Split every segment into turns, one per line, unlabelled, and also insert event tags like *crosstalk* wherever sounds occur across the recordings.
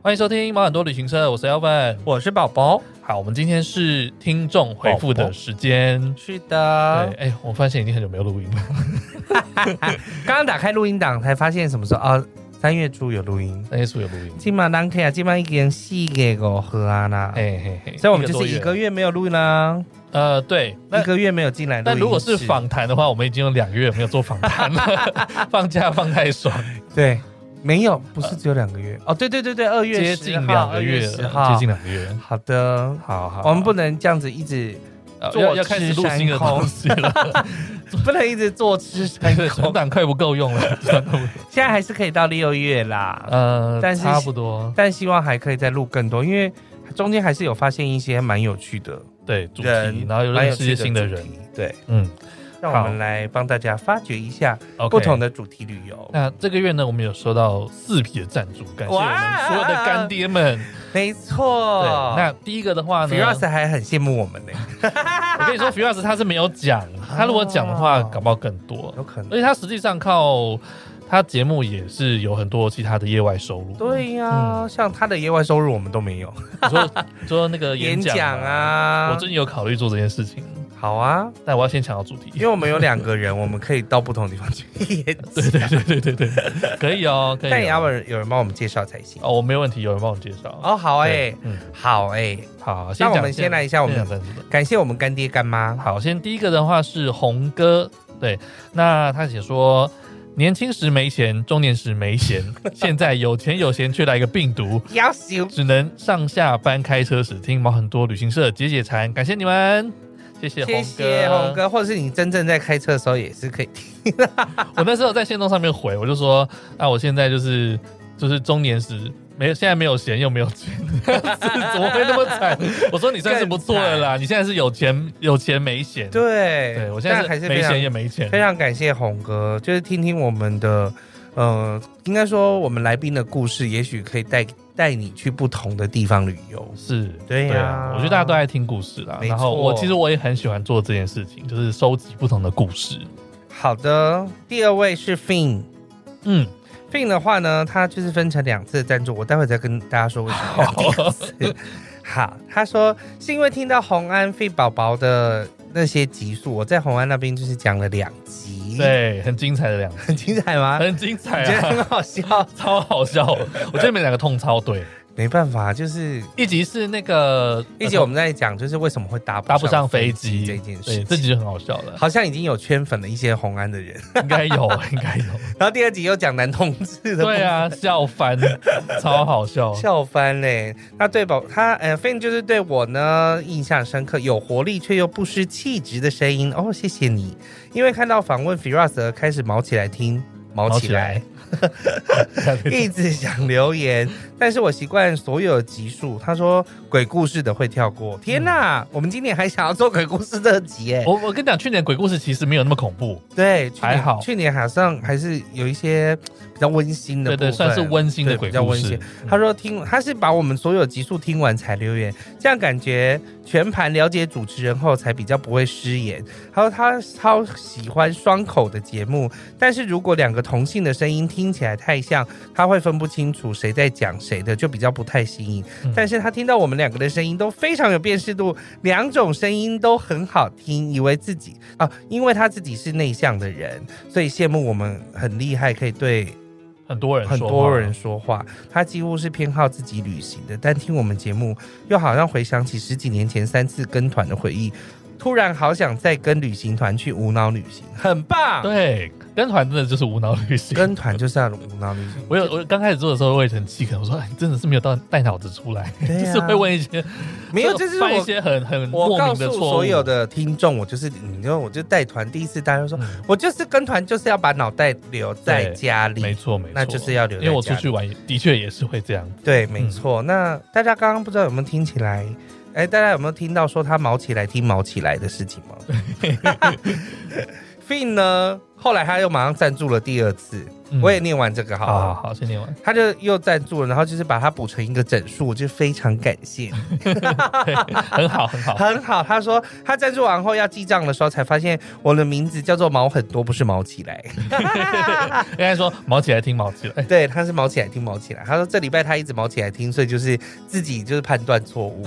欢迎收听毛很多旅行社，我是 Elvin。
我是宝宝。
好，我们今天是听众回复的时间。
是
对，
的，
哎、我发现已经很久没有录音了。 *laughs*
刚刚打开录音档才发现什么时候啊？三月初有录音。
那些书有录音，
今晚当天啊，今晚已经四月五号啊啦，
嘿嘿哎嘿。
所以我们就是一
多
个月没有录啦，
呃，对。
一
那
个月没有进来录音室。
但如果是访谈的话，我们已经有两个月没有做访谈
*laughs*
了，放假放太爽，
对，没有，不是只有两个月哦，对对对对，二月
呃接
10
近
号
两个
2
月
10
了，
号，
接近两个月。
好的，
好好，
我们不能这样子
*laughs*
一直
呃
坐
要要开始
吃
录
山
新的
空
东西了，
不能一直坐吃
*laughs*
山
对，存
空，
档快不够用了，存档快不够
现在还是可以到六月啦，
呃，
但是
差不多，
但希望还可以再录更多，因为中间还是有发现一些蛮有趣的
对主题
人，，
然后又
蛮
认
有
识
趣
一些新的人
主，题，对，
嗯
让我们来帮大家发掘一下
，OK，
不同的主题旅游。
那这个月呢，我们有收到四笔的赞助，感谢我们所有的干爹们。
没
对，
错，
那第一个的话呢，
Firas
我
还很羡慕我们呢，
跟你说，Firas 他是没有讲，他如果讲的话，
哦
搞不好更多。
有可
而
能。
且他实际上靠他节目也是有很多其他的业外收入，
对呀、
嗯
像他的业外收入我们都没有，
你说你说那个
*laughs* 演
讲
讲，啊，
我最近有考虑做这件事情，
好啊，
但我要先抢到主题
因。为我们有两个人，我们可以到不同地方去演讲，
对对对对对 *laughs* 对，可以哦，可以哦。
但也要有人有人帮我们介绍才行。
哦，我没问题，有人帮我介绍。
哦，好哎、
对，嗯，
好哎、
好，
那
讲
我们先来一下我们
先讲赞助的
感谢我们干爹干妈。
好，先第一个的话是红哥，对，那他写说。年轻时没钱，中年时没闲，现在有钱有闲却来个病毒，
要修
只能上下班开车时听毛很多旅行社解解馋，感谢你们，谢谢红哥，
谢谢红。哥，或者是你真正在开车的时候也是可以。
我那时候在线动上面回，我就说啊，我现在就是就是中年时没有，现在没有闲又没有钱， *laughs* 怎么会那么惨？我说你算是不错了啦，你现在是有钱有钱没闲，
对，
对我现在
但还是
没
非常
闲也没钱，
非常感谢红哥，就是听听我们的，呃，应该说我们来宾的故事，也许可以带带你去不同的地方旅游。
是
对呀
啊我觉得大家都爱听故事啦。
没错
然后我其实我也很喜欢做这件事情，就是收集不同的故事。
好的，第二位是 Fin。
嗯，
Fin 的话呢，它就是分成两次的赞助，我待会再跟大家说为什么。
好，
*laughs* 好，他说是因为听到红安费宝宝的那些集数，我在红安那边就是讲了两集，，
对，很精彩的两个，
很精彩吗？
很精彩
我觉得
啊，
很好笑。
*laughs* 超好笑。我觉得你们两个痛超对，
没办法，就是
一集是那个
一集我们在讲，就是为什么会搭
呃搭不上飞
机
机
这件
对
事
这
情。
集就很好笑了，
好像已经有圈粉了一些红安
*laughs*
的人，
应该有，
*laughs*
应该有。
然后第二集又讲男同志的，
对，啊，笑翻，超好笑。
*laughs* 笑翻嘞。那对宝他呃 f i n 就是对我呢印象深刻，有活力却又不失气质的声音哦，谢谢你。因为看到访问 Firas 而开始毛起来听，毛
毛
起
起
来，
来， *laughs*
*laughs* 一直想留言，但是我习惯所有集数。他说鬼故事的会跳过。天哪，
嗯
我们今年还想要做鬼故事这集哎、
我我跟你讲，去年鬼故事其实没有那么恐怖，
对，去年
还好
去年好像还是有一些比较温馨的
对
部分，
对，算是温馨的
对
鬼
比较
故
温
事
馨。。他说听，他是把我们所有集数听完才留言，这样感觉全盘了解主持人后才比较不会失言。他说他超喜欢双口的节目，但是如果两个同性的声音听起来太像，他会分不清楚谁在讲谁的，就比较不太吸引。
嗯
但是他听到我们两个的声音都非常有辨识度，两种声音都很好听，以为自己啊，因为他自己是内向的人，所以羡慕我们很厉害，可以对
很多人
很
说
多
话
人说话，他几乎是偏好自己旅行的，但听我们节目，又好像回想起十几年前三次跟团的回忆，突然好想再跟旅行团去无脑旅行，很棒。，
对，跟团真的就是无脑旅行。
跟团就是要无脑旅
*laughs*
行，
我有我刚开始做的时候，我也很气愤，我说、哎、真的是没有到带脑子出来，
对
就
啊
是会问一些
没有，
就
这是
犯一
我。
些很很
我
莫
告
名
诉
的错误。
所有的听众，我就是，你知道，我就带团第一次，大家就说，
嗯
我就是跟团，就是要把脑袋留在
对
家里，
没错没错，
那就是要留在
因为我出
家里
去玩也的确也是会这样。
对，没
嗯
错。那大家刚刚不知道有没有听起来？
*laughs*
哎，大家有没有听到说他毛起来听毛起来的事情吗 Fin 呢，后来他又马上赞助了第二次，
嗯
我也念完这个好啊
好好
了。
好，先念完。
他就又赞助了，然后就是把它补成一个整数，我就非常感谢。
对，很好，很好。
很好，他说他赞助完后要记账的时候，才发现我的名字叫做毛很多，不是毛
*laughs*
起来。
应该说毛起来听毛起来，哎
对，他是毛起来听毛起来。他说这礼拜他一直毛起来听，所以就是自己就是判断错误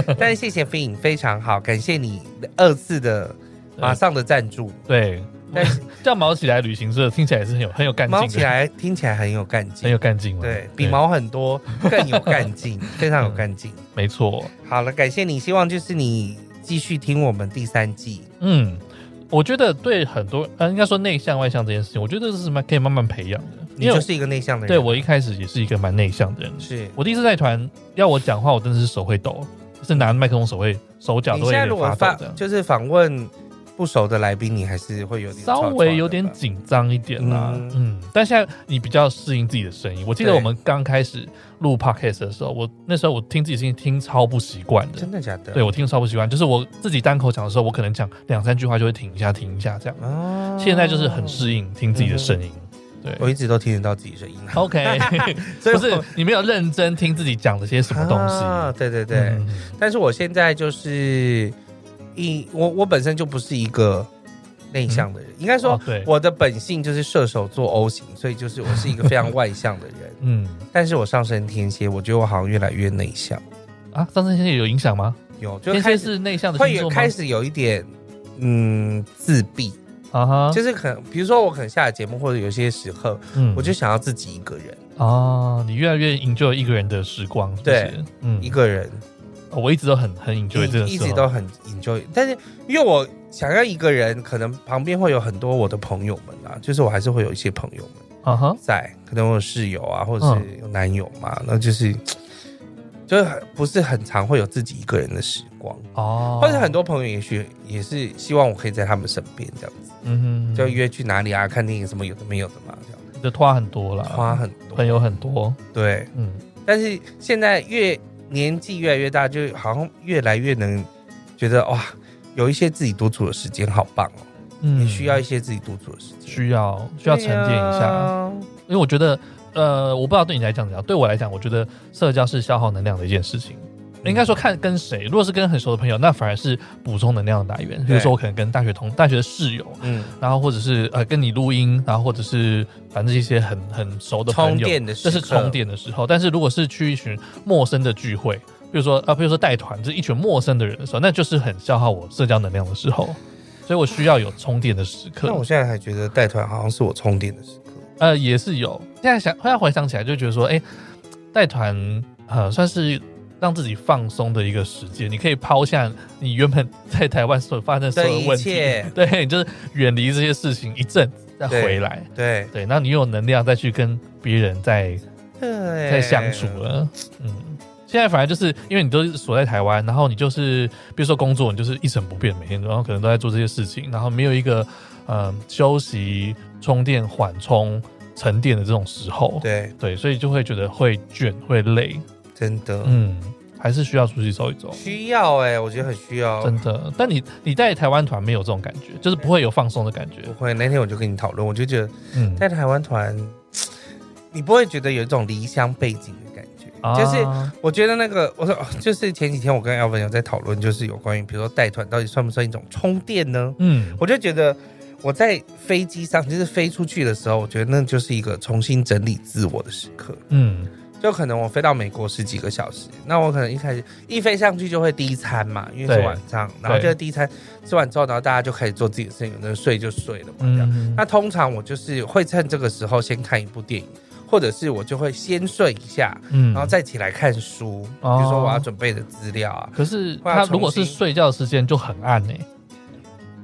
*laughs*
样。但是谢谢飞影非常好，感谢你二次的马上的赞助。
对
但是，
叫毛起来旅行社听起来也是很有很有干劲的，
毛起来听起来很有干
很
劲
有，干劲嘛。
对比毛很多更有干劲，非常有
*laughs*
干劲。
没错，
好了，感谢你，希望就是你继续听我们第三季。
嗯，我觉得对很多呃，应该说内向外向这件事情，我觉得这是蛮可以慢慢培养的，
你
因为
就
我
是一个内向的人，
对我一开始也是一个蛮内向的人，
是。
我第一次带团要我讲话，我真的是手会抖，就是拿麦克风手会手脚
你
都会
现在
有
如
点
果
发
访
抖这样。
就是访问不熟的来宾，你还是会有点
稍
抓抓
微有
的
点
吧
紧张一点啦，
嗯
嗯但现在你比较适应自己的声音。我记得
对
我们刚开始录 podcast 的时候，我那时候我听自己声音听超不习惯的
真，的假的？
对我听超不习惯，就是我自己单口讲的时候，我可能讲两三句话就会停一下，停一下这样。
哦
现在就是很适应听自己的声音，
我
对
一直都听得到自己声音， *laughs*
，OK，
所
*laughs*
以
不
嗯我
是你没有认真听自己讲的些什么东西，
啊对对对，
嗯，
但是我现在就是一我我本身就不是一个内向的人，应该说
哦对
我的本性就是射手座 O 型，所以就是我是一个非常外向的
*laughs*
人。
嗯
但是我上升天蝎，我觉得我好像越来越内向，
啊，上升天蝎有影响吗？
有就
天
开
蝎
始
是内向的
会
星
有
座吗？
开始有一点嗯自闭。
啊哈，
就是可能，比如说我可能下了节目，或者有些时候，
嗯
我就想要自己一个人，
哦，你越来越 enjoy 一个人的时光，是不是
对，
嗯哦
一，个人
我一直都很很 enjoy 这个
嗯一一
时候，
直都很 enjoy。但是因为我想要一个人，可能旁边会有很多我的朋友们啊，就是我还是会有一些朋友们
啊哈，
在，可能我有室友啊，或者
嗯
是有男友嘛，那就是就是很不是很常会有自己一个人的时光。
哦，
或者很，多朋友也许也是希望我可以在他们身边这样子，
嗯哼，
就约去哪里啊，看电影什么有的没有的嘛，这样
你的花很多啦，
花很多，
朋友很多，
对。
嗯，
但是现在越年纪越来越大，就好像越来越能觉得哇，有一些自己独处的时间好棒哦，
嗯
也需要一些自己独处的时间，
需要需要沉淀一下，因为我觉得，呃，我不知道对你来讲怎样，对我来讲，我觉得社交是消耗能量的一件事情。应
嗯
该说看跟谁，如果是跟很熟的朋友，那反而是补充能量的来源。比如说我可能跟大学同大学的室友，
嗯，
然后或者是呃跟你录音，然后或者是反正一些很很熟的
充
朋友，
电的时
这
刻
是充，电的时候。但是如果是去一群陌生的聚会，比如说啊，比如说带团，就是一群陌生的人的时候，那就是很消耗我社交能量的时
*laughs*
候，所以我需要有充电的时刻
那。我现在还觉得带团好像是我充电的时刻，
呃，也是有。现在想，现在回想起来，就觉得说，哎、带团呃，算是让自己放松的一个时间。你可以抛下你原本在台湾所发生的所有问题
这一切，
*laughs* 对，你就是远离这些事情一阵子再回来。
对
对，那你有能量再去跟别人再
对，
在相处了。嗯，现在反而就是因为你都是锁在台湾，然后你就是比如说工作，你就是一成不变，每天然后可能都在做这些事情，然后没有一个呃休息、充电、缓冲、沉淀的这种时候。
对，
对，所以就会觉得会倦、会累。
真的、
嗯，还是需要出去走一走。
需要哎、我觉得很需要。
真的，但你你带台湾团没有这种感觉，就是不会有放松的感觉。
不会，那天我就跟你讨论，我就觉得
嗯，
在台湾团，你不会觉得有一种离乡背景的感觉，就是
啊
我觉得那个，我说哦就是前几天我跟 Alvin 有在讨论，就是有关于比如说带团到底算不算一种充电呢？
嗯，
我就觉得我在飞机上，就是飞出去的时候，我觉得那就是一个重新整理自我的时刻。
嗯，
就可能我飞到美国十几个小时，那我可能一开始一飞上去就会第一餐嘛，因为是
对
晚上，然后
对
就第一餐吃完之后，然后大家就开始做自己的事情，有的人睡就睡了嘛，这样。
嗯，
那通常我就是会趁这个时候先看一部电影，或者是我就会先睡一下，
嗯
然后再起来看书，
哦
比如说我要准备的资料啊，
可是
或要
他
重
如果是
新
睡觉时间就很暗诶、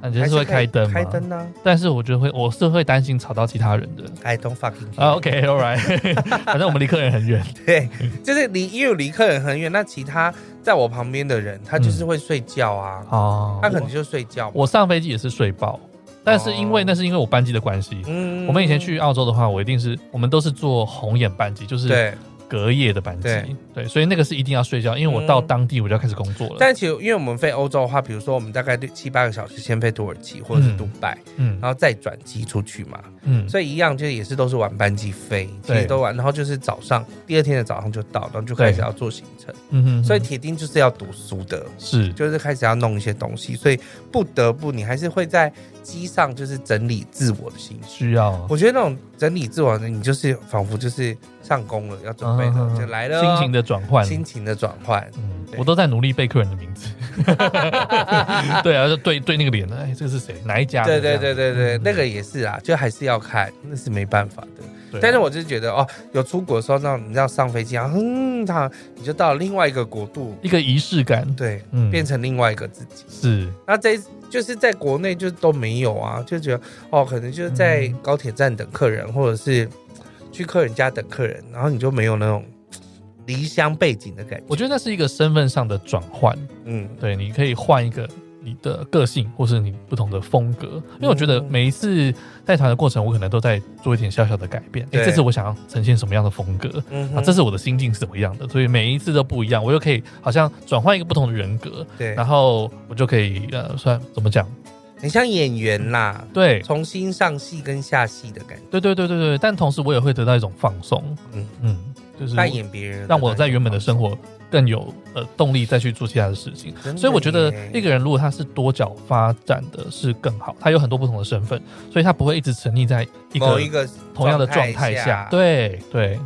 感觉
还
是会
可
开
以
灯吗？
开灯呢
但是我觉得会，我是会担心吵到其他人的。
？I don't fucking care
啊、o k a l l
*laughs*
right，反正我们离客人很远。
对，就是离因为离客人很远，那其他在我旁边的人，他就是会睡觉啊，
哦，
他可能就睡觉嘛。
我上飞机也是睡爆，但是因为
哦
那是因为我班机的关系。
嗯
我们以前去澳洲的话，我一定是我们都是坐红眼班机，就是
对
隔夜的班机，
对嗯
对，所以那个是一定要睡觉，因为我到当地我就要开始工作了。
但其实，因为我们飞欧洲的话，比如说我们大概六七八个小时先飞土耳其或者是杜拜，
嗯
然后再转机出去嘛，
嗯，
所以一样就也是都是晚班机飞，其
对
实都晚，然后就是早上第二天的早上就到，然后就开始要做行程，
嗯哼，
所以铁定就是要读书的，
是
就是开始要弄一些东西，所以不得不你还是会在机上就是整理自我的心情。
需要
我觉得那种整理自我的，你就是仿佛就是上工了，要准备
嗯嗯嗯
了，就来了哦，
心情的转换，
心情的转换，
嗯，
对
我都在努力背客人的名
*laughs*
字。对啊，就对对那个脸，哎，这个是谁？哪一家的？
对对对对对，
嗯
那个也是啊，就还是要看，那是没办法的。
对啊
但是我就觉得哦，有出国的时候，那种你知道上飞机啊，嗯，他你就到了另外一个国度，
一个仪式感，
对，
嗯，
变成另外一个自己。
是
那这一就是在国内就都没有啊，就觉得哦，可能就是在
嗯
高铁站等客人，或者是去客人家等客人，然后你就没有那种离乡背景的感觉。
我觉得那是一个身份上的转换，
嗯，
对，你可以换一个你的个性，或是你不同的风格。因为我觉得
嗯
每一次带团的过程，我可能都在做一点小小的改变。哎、
对
这次我想要呈现什么样的风格？
嗯
啊，
哼
这是我的心境是怎么样的？所以每一次都不一样，我就可以好像转换一个不同的人格，
对
然，后我就可以呃，算怎么讲？
很像演
嗯
员啦，
对，
重新上戏跟下戏的感觉，
对对对对对，但同时我也会得到一种放松，嗯
嗯
嗯，就是
扮演别人的那
让
种方式，
我在原本的生活更有呃动力再去做其他的事情。
真的
所以我觉得
耶
一个人如果他是多角发展的是更好，他有很多不同的身份，所以他不会一直沉溺在一
某
个
一个
同样的状态下。，对对，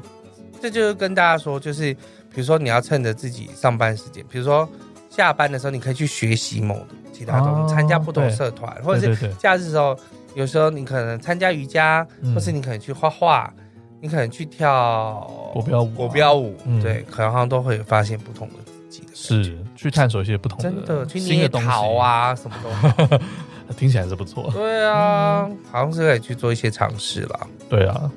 这就是跟大家说，就是比如说你要趁着自己上班时间，比如说下班的时候，你可以去学习某其他东
哦
西，参加不同
对
社团，或者
对
是
对对
假日的时候，有时候你可能参加瑜伽，
嗯
或是你可能去画画，你可能去跳
国标舞啊
国标舞，
嗯
对，可能好像都会发现不同的自己的感觉。
是去探索一些不同
真的
的
去
新的
捏
东
陶
西，嗯
啊，什么都好。
听起来是不错。
*laughs* 对啊，好像是可以去做一些尝试啦。
对啊，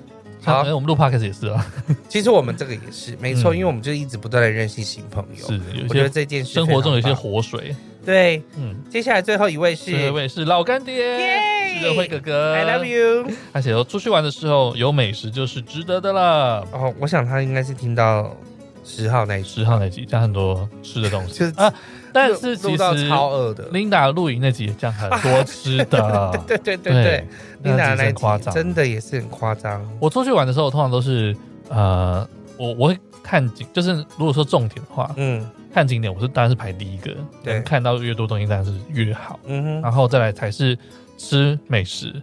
好
哎我们录 podcast 也是啊，
其实我们这个也是没错，
嗯
因为我们就一直不断的认识新朋友。
是有一
我觉得
些
这件事
生活中有一
非
些
常棒
活水，
对。
嗯。
接下来最后一位是
这位是老干爹，
耶
是乐辉哥哥。
I love you。
他写说出去玩的时候有美食就是值得的了。
哦，我想他应该是听到十号那一集，
十号那集讲很多吃的东西，
就是
啊，但是其
录
实
到超饿的。
Linda 露营那集也讲很多吃的，
对 *laughs* 对对对，
啊那
琳达
集是
那一
很夸
集
张。
真，的也是很夸张。
我出去玩的时候通常都是呃，我我会看景，就是如果说重点的话，
嗯
看景点我是当然是排第一个，
对
能看到越多东西当然是越好，
嗯
然
哼，
后再来才是吃美食，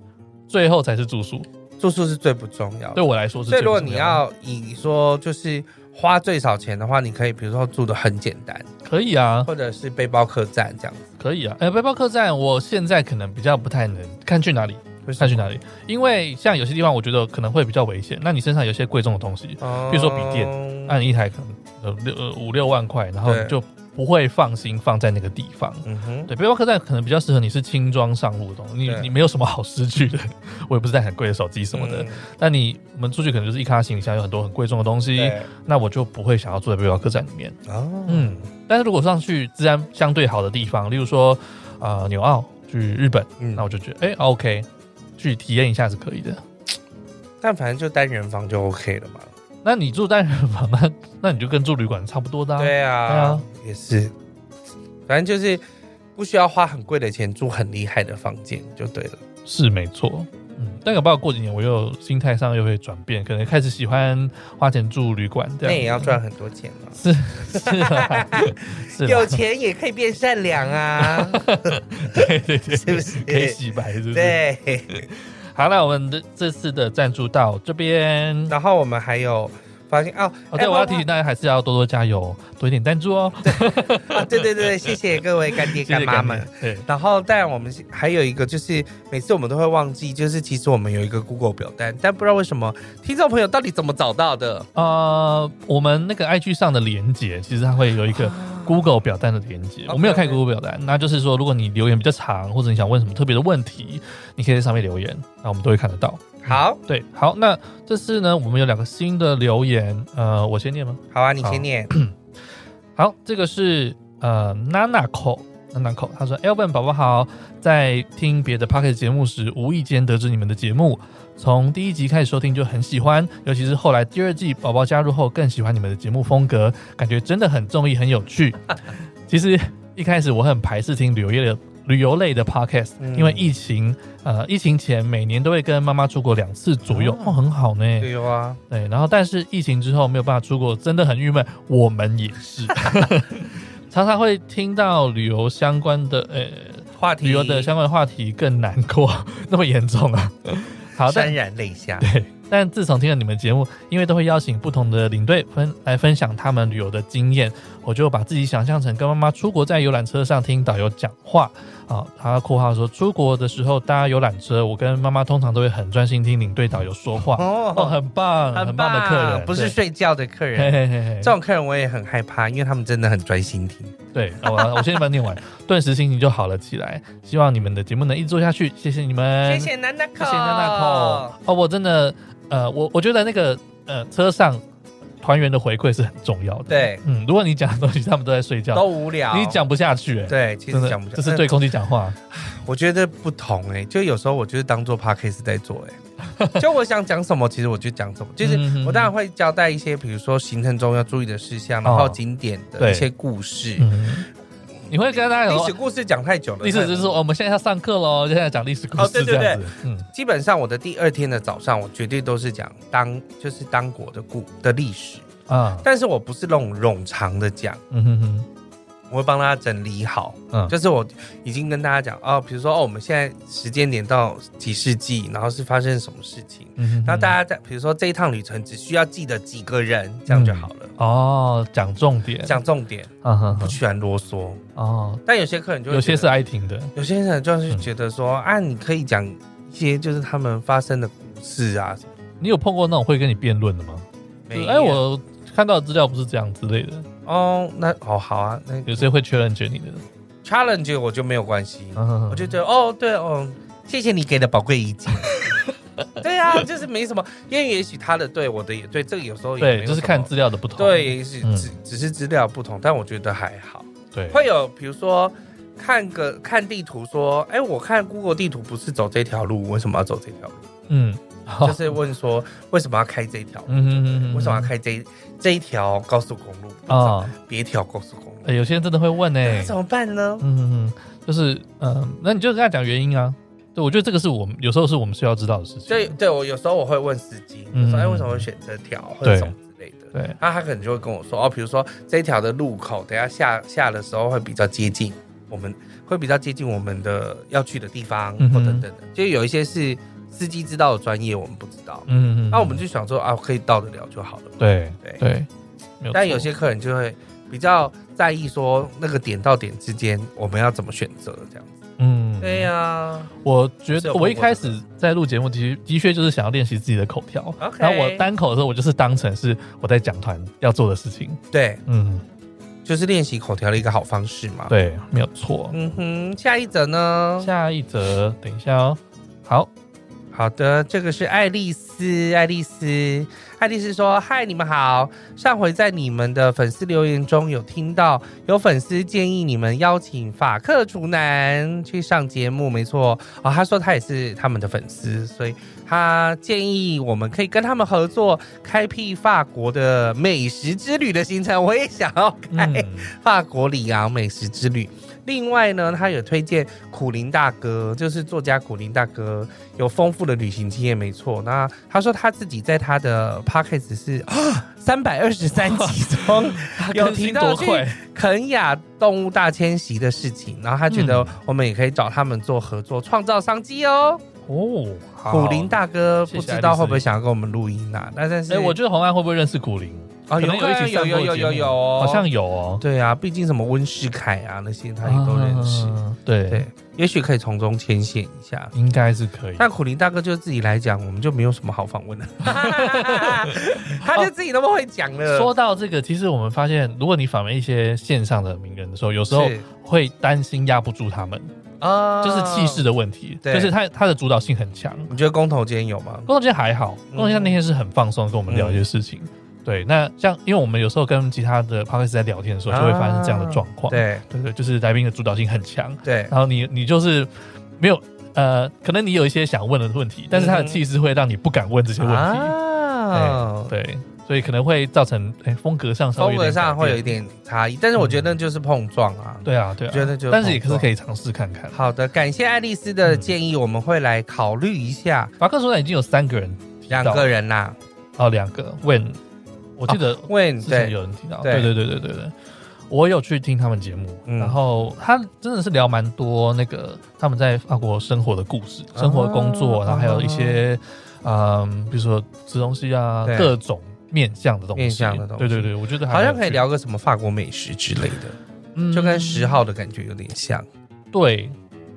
最后才是住宿。
住宿是最不重要
对
的。
我来说是最
所以如
重
果
的。
你要以说就是花最少钱的话，你可以比如说住的很简单，
可以啊，
或者是背包客栈这样子。
可以啊。哎、背包客栈，我现在可能比较不太能看去哪里，
为什么
看去哪里，因为像有些地方我觉得可能会比较危险。那你身上有些贵重的东西，
哦
比如说笔电按一台可能呃六呃五六万块，然后
对
你就不会放心放在那个地方。
嗯哼，
对，背包客栈可能比较适合你是轻装上路的东西，你
对
你没有什么好失去的。我也不是带很贵的手机什么的，
嗯？
那你我们出去可能就是一卡行李箱有很多很贵重的东西，
对，
那我就不会想要住在背包客栈里面。
哦，
嗯，但是如果上去治安相对好的地方，例如说呃纽澳去日本，
嗯
那我就觉得哎、OK，去体验一下是可以的。
但反正就单人房就 OK 了嘛。
那你住单人房，那那你就跟住旅馆差不多的、啊。
对啊，
对啊
也是，反正就是不需要花很贵的钱住很厉害的房间就对了。
是没错。嗯，但搞不好过几年我又心态上又会转变，可能开始喜欢花钱住旅馆这
那
样。
也要赚很多钱啊，
是 *laughs* 是啦，是啊啦
有钱也可以变善良啊，
*laughs* 对对对，
是不是
可以洗白是 *laughs* 不是？。
对。
好，那我们的这次的赞助到这边。
然后我们还有发现哦，
哦，对，
Apple
我要提醒大家还是要多多加油，多一点赞助哦。*laughs*
Watch- 啊，对对对，谢谢各位干爹
谢
干
谢
妈
干
们。
爹。对，
然后，当然我们还有一个就是，每次我们都会忘记，就是其实我们有一个 Google 表单，但不知道为什么听众朋友到底怎么找到的。
呃，我们那个 IG 上的连接，其实它会有一个 Google 表单的连接。
哦 OK，
我没有看
OK
Google 表单，那就是说，如果你留言比较长，或者你想问什么特别的问题，你可以在上面留言，那我们都会看得到。
好，
对，好，那这次呢，我们有两个新的留言，呃，我先念吗？
好啊，你
好
先念。
好，这个是呃 Nanako 南港口，他说：“Elvin 宝宝好，在听别的 p o c k e t 节目时，无意间得知你们的节目，从第一集开始收听就很喜欢，尤其是后来第二季宝宝加入后，更喜欢你们的节目风格，感觉真的很综艺，很有
*laughs*
趣。其实一开始我很排斥听旅游业的旅游类的 podcast，、
嗯
因为疫情，呃，疫情前每年都会跟妈妈出国两次左右，
哦
哦，很好呢。
对啊，
对，然后但是疫情之后没有办法出国，真的很郁闷。我们也是，常常会听到旅游相关的呃
话题
旅游的相关的话题更难过，那么严重啊。好，但
潸然泪下。
但自从听了你们节目，因为都会邀请不同的领队分来分享他们旅游的经验，我就把自己想象成跟妈妈出国在游览车上听导游讲话啊。他括号说出国的时候搭游览车，我跟妈妈通常都会很专心听领队导游说话。哦，
哦，
很棒，很棒的客人，
不是
对
睡觉的客
嘿
人。
嘿嘿嘿，
这种客人我也很害怕，因为他们真的很专心听。
对，啊我我先把它念完， *laughs* 顿时心情就好了起来。希望你们的节目能一直做下去，谢谢你们，
谢谢娜娜口，
嗯谢谢娜娜控。哦，我真的，呃，我我觉得那个呃车上团员的回馈是很重要的。，
对，
嗯，如果你讲的东西他们都在睡觉，
都无聊。
你讲不下去、欸，
对，其
真
实
的，
讲不讲，
这是对空气讲话。
我觉得不同哎、就有时候我就是当做 podcast 在做
*laughs*
哎、就我想讲什么，其实我就讲什么，就是
嗯哼哦
我当然会交代一些，比如说行程中要注意的事项，然后景点的
对
一些故事。
嗯，你会跟大家讲
历史
说。
故事讲太久了，
历史就是
太无聊
说我们现在要上课喽，现在讲历史故
哦对
事
对
这
对
样子。嗯，
基本上我的第二天的早上，我绝对都是讲当就是当国的故的历史，
啊，
但是我不是那种冗长的讲，
嗯哼哼，
我会帮大家整理好。
嗯，
就是我已经跟大家讲哦，比如说哦，我们现在时间点到几世纪，然后是发生什么事情，
嗯哼哼
那大家在比如说这一趟旅程只需要记得几个人，这样就好了。
哦，讲重点，
讲重点，
嗯哼
不
哼，
喜欢啰嗦。
哦，
但有些客人就会
有些啊嗯
觉
是
得，
爱听的，
有些人就是觉得说、啊，你可以讲一些就是他们发生的故事啊什么。
你有碰过那种会跟你辩论的吗？就是
没
哎，我看到的资料不是这样之类的，
哦，那哦好啊，那
有些会 challenge 你的。
challenge 我就没有关系，
嗯
我就觉得哦对哦，谢谢你给的宝贵意见。 *laughs* 对啊，就是没什么，因为也许他的对我的也对，这个有时候也没有
对，就是
什么
看资料的不同。
对，也许
嗯
只、只是资料不同，但我觉得还好。
对，
会有比如说看个看地图说，哎、我看 Google 地图不是走这条路，为什么要走这条路？
嗯，好 *laughs*
*laughs* 就是问说为什么要开这条路？
嗯哼哼哼，
为什么要开这这一条高速公路？啊，
啊？
别条高速公路，
哎有些人真的会问呢。
那怎么办呢？
嗯嗯，就是嗯，那你就跟他讲原因啊。对，我觉得这个是我们有时候是我们需要知道的事情。
对对，我有时候我会问司机，我说
嗯
哎、为什么会选这条或者
对
什么之类的。
对，
那他可能就会跟我说哦，比如说这一条的路口，等一下下下的时候会比较接近我们，会比较接近我们的要去的地方，
嗯哼
或等等的，就有一些是司机知道的专业，我们不知道。
嗯嗯，
那我们就想说啊，可以到得了就好了。
对
对
对，
但
没
有
错
些客人就会比较在意说那个点到点之间我们要怎么选择这样子。
嗯，
对呀、
我觉
是有
得
碰过
我一开始在录节目，其实的确就是想要练习自己的口条。
OK
然后我单口的时候，我就是当成是我在讲团要做的事情。
对，
嗯，
就是练习口条的一个好方式嘛。，
对，没有错。
嗯哼，下一则呢？
下一则，等一下哦。好，
好的，这个是爱丽丝，爱丽丝，爱丽丝说：“嗨，你们好。上回在你们的粉丝留言中有听到有粉丝建议你们邀请法克厨男去上节目，没错哦，他说他也是他们的粉丝，所以他建议我们可以跟他们合作，开辟法国的美食之旅的行程。我也想要开。
*laughs* 嗯，
法国里昂美食之旅。另外呢，他有推荐苦林大哥，就是作家苦林大哥，有丰富的旅行经验，没错。那他说他自己在他的 podcast 是啊三百二十三集中有
更新
提到
多
去
快？
肯雅动物大迁徙的事情，然后他觉得
嗯
我们也可以找他们做合作，创造商机哦。
哦，好
苦林，大哥
谢谢
不知
爱丽
道
丝
会不会想要跟我们录音啊？那但是
哎，我觉得红安会不会认识古林？
哦，
可能
可
一
能
起
有
上过
有有
节
有
目
有哦，
好像有哦，
对啊，毕竟什么温世凯啊那些他也都认识。
啊对，
对，也许可以从中牵线一下。
应该是可以。
但苦林大哥就自己来讲，我们就没有什么好访
*laughs*
问了，他就自己那么会讲了。
说到这个，其实我们发现，如果你访问一些线上的名人的时候，有时候
是
会担心压不住他们，
啊
就是气势，的问题，
对
就是他他的主导性很强。
你觉得公投今天有吗？嗯
工作间还好，工作间那天是很放松，跟我们聊一些事情。对，那像因为我们有时候跟其他的 p o d c a s t 在聊天的时候，就会发生这样的状况。
啊对
对对，就是来宾的主导性很强，
对
然后你你就是没有呃，可能你有一些想问的问题，但是他的气势会让你不敢问这些问题。
嗯啊，
对，所以可能会造成哎、风格上稍微有
风格
点
上
改
会有
变
一点差异，但是我觉得那就是碰撞啊。
对啊对啊，
我觉得就
但是也
碰
是
撞
可以尝试看看。
好的，感谢爱丽丝的建议，我们会来考虑一下。
法克说长已经有三个人提到
两个人啦，
哦，两个 When，我记得
问
之前
对
有人提到，
对
对对对对对对，我有去听他们节目，
嗯
然后他真的是聊蛮多那个他们在法国生活的故事、生活工作，
啊
然后还有一些嗯，比如说吃东西啊，
对
各种面向的东西，
面向的东西
对对对，我觉得还
好像
蛮有
可以
趣
聊，个什么法国美食之类的，
嗯
就跟十号的感觉有点像。
对，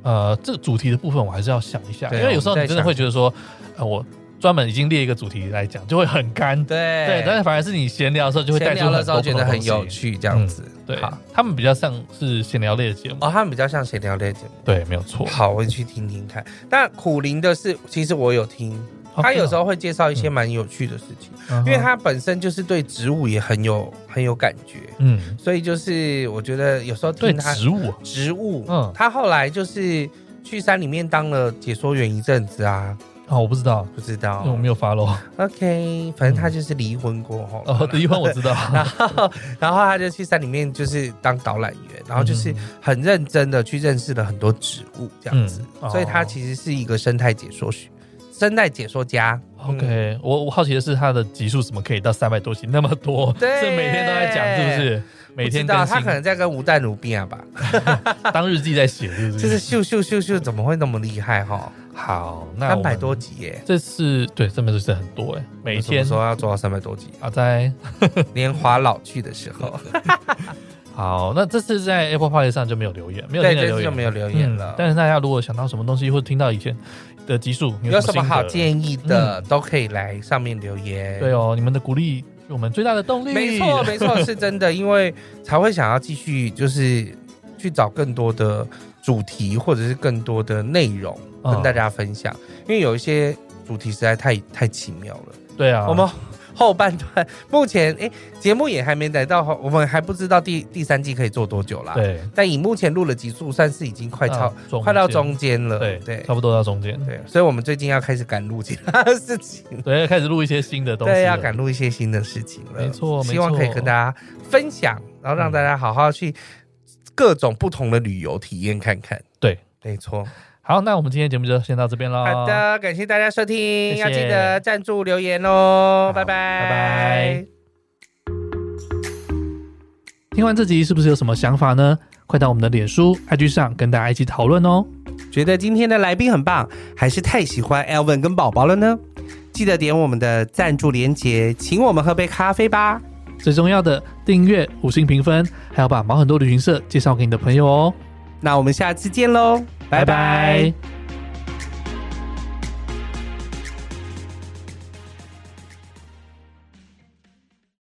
呃，这个主题的部分我还是要想一下，
对
因为有时候
我们再
你真的会觉得说，呃，我专门已经列一个主题来讲，就会很干。
对
对，但是反而是你闲聊的时候就会带出
闲聊
很
的时候
多
觉
不
得
同
很
东
有
西。嗯
趣，这样子。
对
好，
他们比较像是闲聊类的节目。
哦，他们比较像闲聊类节目。
对，没有错。
好，我去听听看。那苦灵的是，其实我有听，
哦
他有时候会介绍一些蛮有趣的事情，
嗯哼，
因为他本身就是对植物也很有很有感觉，
嗯，
所以就是我觉得有时候
对
听他
植物啊，
植物，嗯
嗯，
他后来就是去山里面当了解说员一阵子啊，
哦我不知道，
不知
因
道
为我没有嗯 follow。
，OK，反正他就是离婚过后，
哦，离婚我知道。
*laughs* 然后，然后他就去山里面，就是当导览员，然后就是
嗯
很认真的去认识了很多植物这样子，
嗯哦
所以他其实是一个生态解说学，生态解说家。嗯
OK，我我好奇的是他的集数怎么可以到三百多集那么多？
对
是每天都在讲，是不是？每天
不知道
更
他可
新，
能在跟吴淡如比
*laughs*
啊吧，
当日记在写，是不
就是
是？
咻咻咻咻，怎么会那么厉害哈？
好，那
三
我
百
们
多集耶，
这次对三百多集很多哎，每
我
天
什么时候要做到三百
*laughs*
多集，
啊在
年华老去的时候，
好，那这次在 Apple Party 上就没有留言，没有
对，
听的
这
留
次就
言，
没有留言
嗯
了。
但是大家如果想到什么东西，或者听到以前的集数，你
有
什
什么
心得
好
嗯
建议的，都可以来上面留言。
对哦，你们的鼓励是我们最大的动力。
没错，没错，是真的，因为才会想要继续就是去找更多的主题或者是更多的内容
嗯
跟大家分享，因为有一些主题实在太太奇妙了。
对啊，
我们后半段目前哎节目也还没来到，我们还不知道第第三季可以做多久啦。，
对
但以目前录的集数，算是已经啊快超、
到中
快到
间
中间了。
对
对
差不多到中间，
对，所以我们最近要开始赶录其他的事情。
对，开始录一些新的东西了。
对，要赶录一些新的事情了，
没错没
希望可以
错
跟大家分享，然后让大家好好去各种不同的旅游体验看看。
对，
没错。
好，那我们今天节目就先到这边喽。
好，的，感谢大家收听，
谢
要记
谢
得赞助留言哦，
好
拜
拜拜听完这集是不是有什么想法呢？快到我们的脸书、IG 上跟大家一起讨论哦。
觉得今天的来宾很棒，还是太喜欢 Elvin 跟宝宝了呢？记得点我们的赞助连结，请我们喝杯咖啡吧。
最重要的，订阅、五星评分，还要把毛很多旅行社介绍给你的朋友哦。
那我们下次见喽，拜拜